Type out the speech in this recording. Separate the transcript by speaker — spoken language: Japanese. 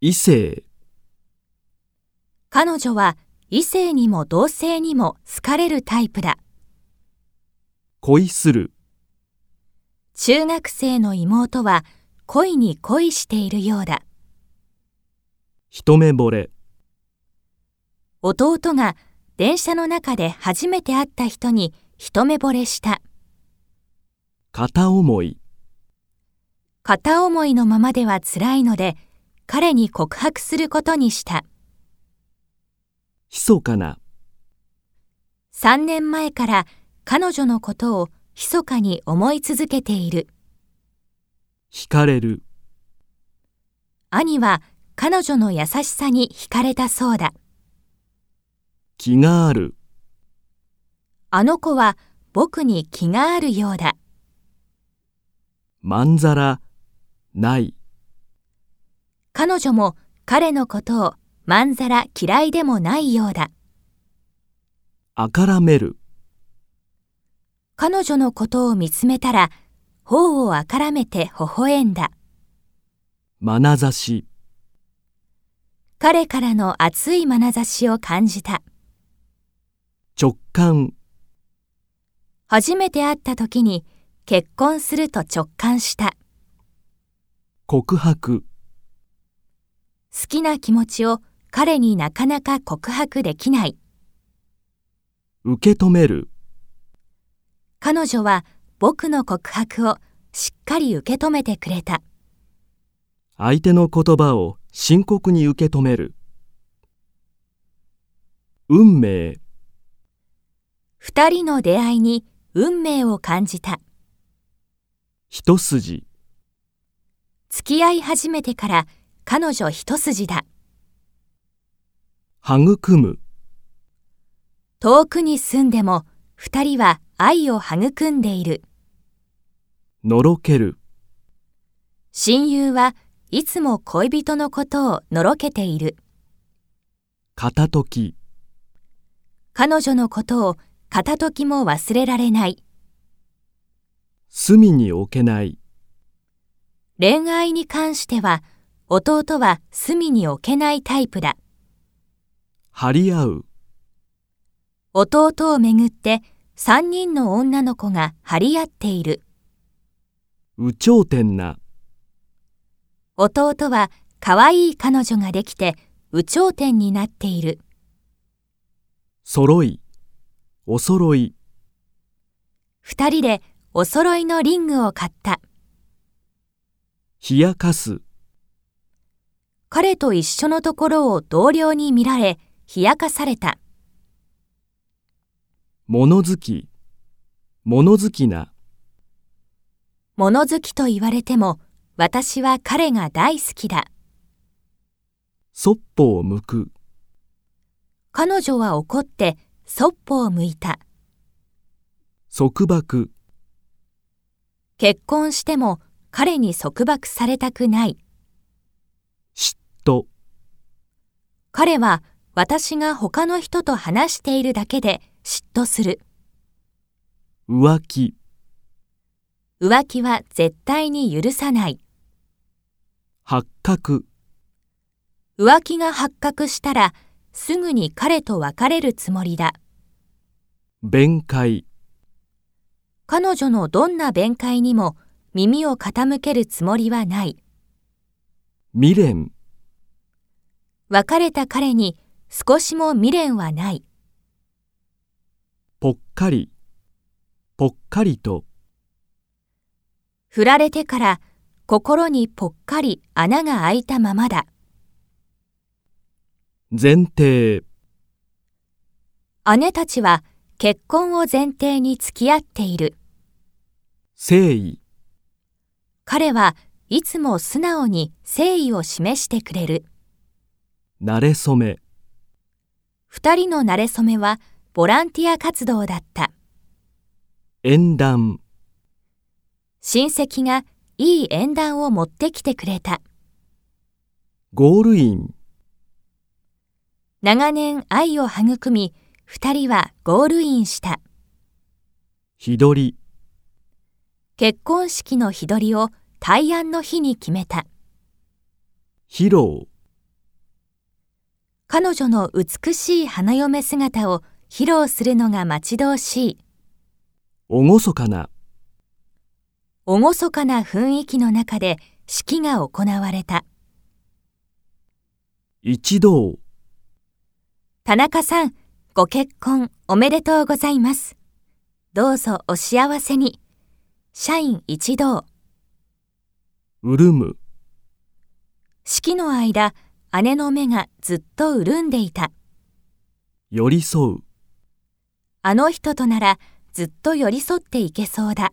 Speaker 1: 異性、
Speaker 2: 彼女は異性にも同性にも好かれるタイプだ。
Speaker 1: 恋する、
Speaker 2: 中学生の妹は恋に恋しているようだ。
Speaker 1: 一目惚れ、
Speaker 2: 弟が電車の中で初めて会った人に一目惚れした。
Speaker 1: 片思い、
Speaker 2: 片思いのままでは辛いので、彼に告白することにした。
Speaker 1: 密かな、
Speaker 2: 3年前から彼女のことを密かに思い続けている。
Speaker 1: 惹かれる、
Speaker 2: 兄は彼女の優しさに惹かれたそうだ。
Speaker 1: 気がある、
Speaker 2: あの子は僕に気があるようだ。
Speaker 1: まんざら、ない、
Speaker 2: 彼女も彼のことをまんざら嫌いでもないようだ。
Speaker 1: あからめる、
Speaker 2: 彼女のことを見つめたら、頬をあからめて微笑んだ。
Speaker 1: 眼差し、
Speaker 2: 彼からの熱い眼差しを感じた。
Speaker 1: 直感、
Speaker 2: 初めて会った時に結婚すると直感した。
Speaker 1: 告白、
Speaker 2: 好きな気持ちを彼になかなか告白できない。
Speaker 1: 受け止める、
Speaker 2: 彼女は僕の告白をしっかり受け止めてくれた。
Speaker 1: 相手の言葉を深刻に受け止める。運命、
Speaker 2: 二人の出会いに運命を感じた。
Speaker 1: 一筋、
Speaker 2: 付き合い始めてから彼女一筋だ。
Speaker 1: 育む、
Speaker 2: 遠くに住んでも二人は愛を育んでいる。
Speaker 1: のろける、
Speaker 2: 親友はいつも恋人のことをのろけている。
Speaker 1: 片時、
Speaker 2: 彼女のことを片時も忘れられない。
Speaker 1: 隅に置けない、
Speaker 2: 恋愛に関しては弟は隅に置けないタイプだ。
Speaker 1: 張り合う、
Speaker 2: 弟をめぐって3人の女の子が張り合っている。
Speaker 1: 有頂天な、
Speaker 2: 弟は可愛い彼女ができて有頂天になっている。
Speaker 1: 揃い、お揃い、
Speaker 2: 二人でお揃いのリングを買った。
Speaker 1: 冷やかす、
Speaker 2: 彼と一緒のところを同僚に見られ、冷やかされた。
Speaker 1: 物好き、物好きな、
Speaker 2: 物好きと言われても、私は彼が大好きだ。
Speaker 1: そっぽを向く、
Speaker 2: 彼女は怒って、そっぽを向いた。
Speaker 1: 束縛、
Speaker 2: 結婚しても彼に束縛されたくない。
Speaker 1: 嫉妬、
Speaker 2: 彼は私が他の人と話しているだけで嫉妬する。
Speaker 1: 浮気、
Speaker 2: 浮気は絶対に許さない。
Speaker 1: 発覚、
Speaker 2: 浮気が発覚したらすぐに彼と別れるつもりだ。
Speaker 1: 弁解、
Speaker 2: 彼女のどんな弁解にも耳を傾けるつもりはない。
Speaker 1: 未練、
Speaker 2: 別れた彼に少しも未練はない。
Speaker 1: ぽっかり、ぽっかりと、
Speaker 2: 振られてから心にぽっかり穴が開いたままだ。
Speaker 1: 前提、
Speaker 2: 姉たちは結婚を前提に付き合っている。
Speaker 1: 誠意、
Speaker 2: 彼はいつも素直に誠意を示してくれる。
Speaker 1: 慣れ初め、
Speaker 2: 二人の馴れ初めはボランティア活動だった。
Speaker 1: 縁談、
Speaker 2: 親戚がいい縁談を持ってきてくれた。
Speaker 1: ゴールイン、
Speaker 2: 長年愛を育み、二人はゴールインした。
Speaker 1: 日取り、
Speaker 2: 結婚式の日取りを大安の日に決めた。
Speaker 1: 披露、
Speaker 2: 彼女の美しい花嫁姿を披露するのが待ち遠しい。
Speaker 1: 厳かな、
Speaker 2: 厳かな雰囲気の中で式が行われた。
Speaker 1: 一同、
Speaker 2: 田中さん、ご結婚おめでとうございます。どうぞお幸せに。社員一同、
Speaker 1: 潤む、
Speaker 2: 式の間、姉の目がずっと潤んでいた。
Speaker 1: 寄り添う、
Speaker 2: あの人とならずっと寄り添っていけそうだ。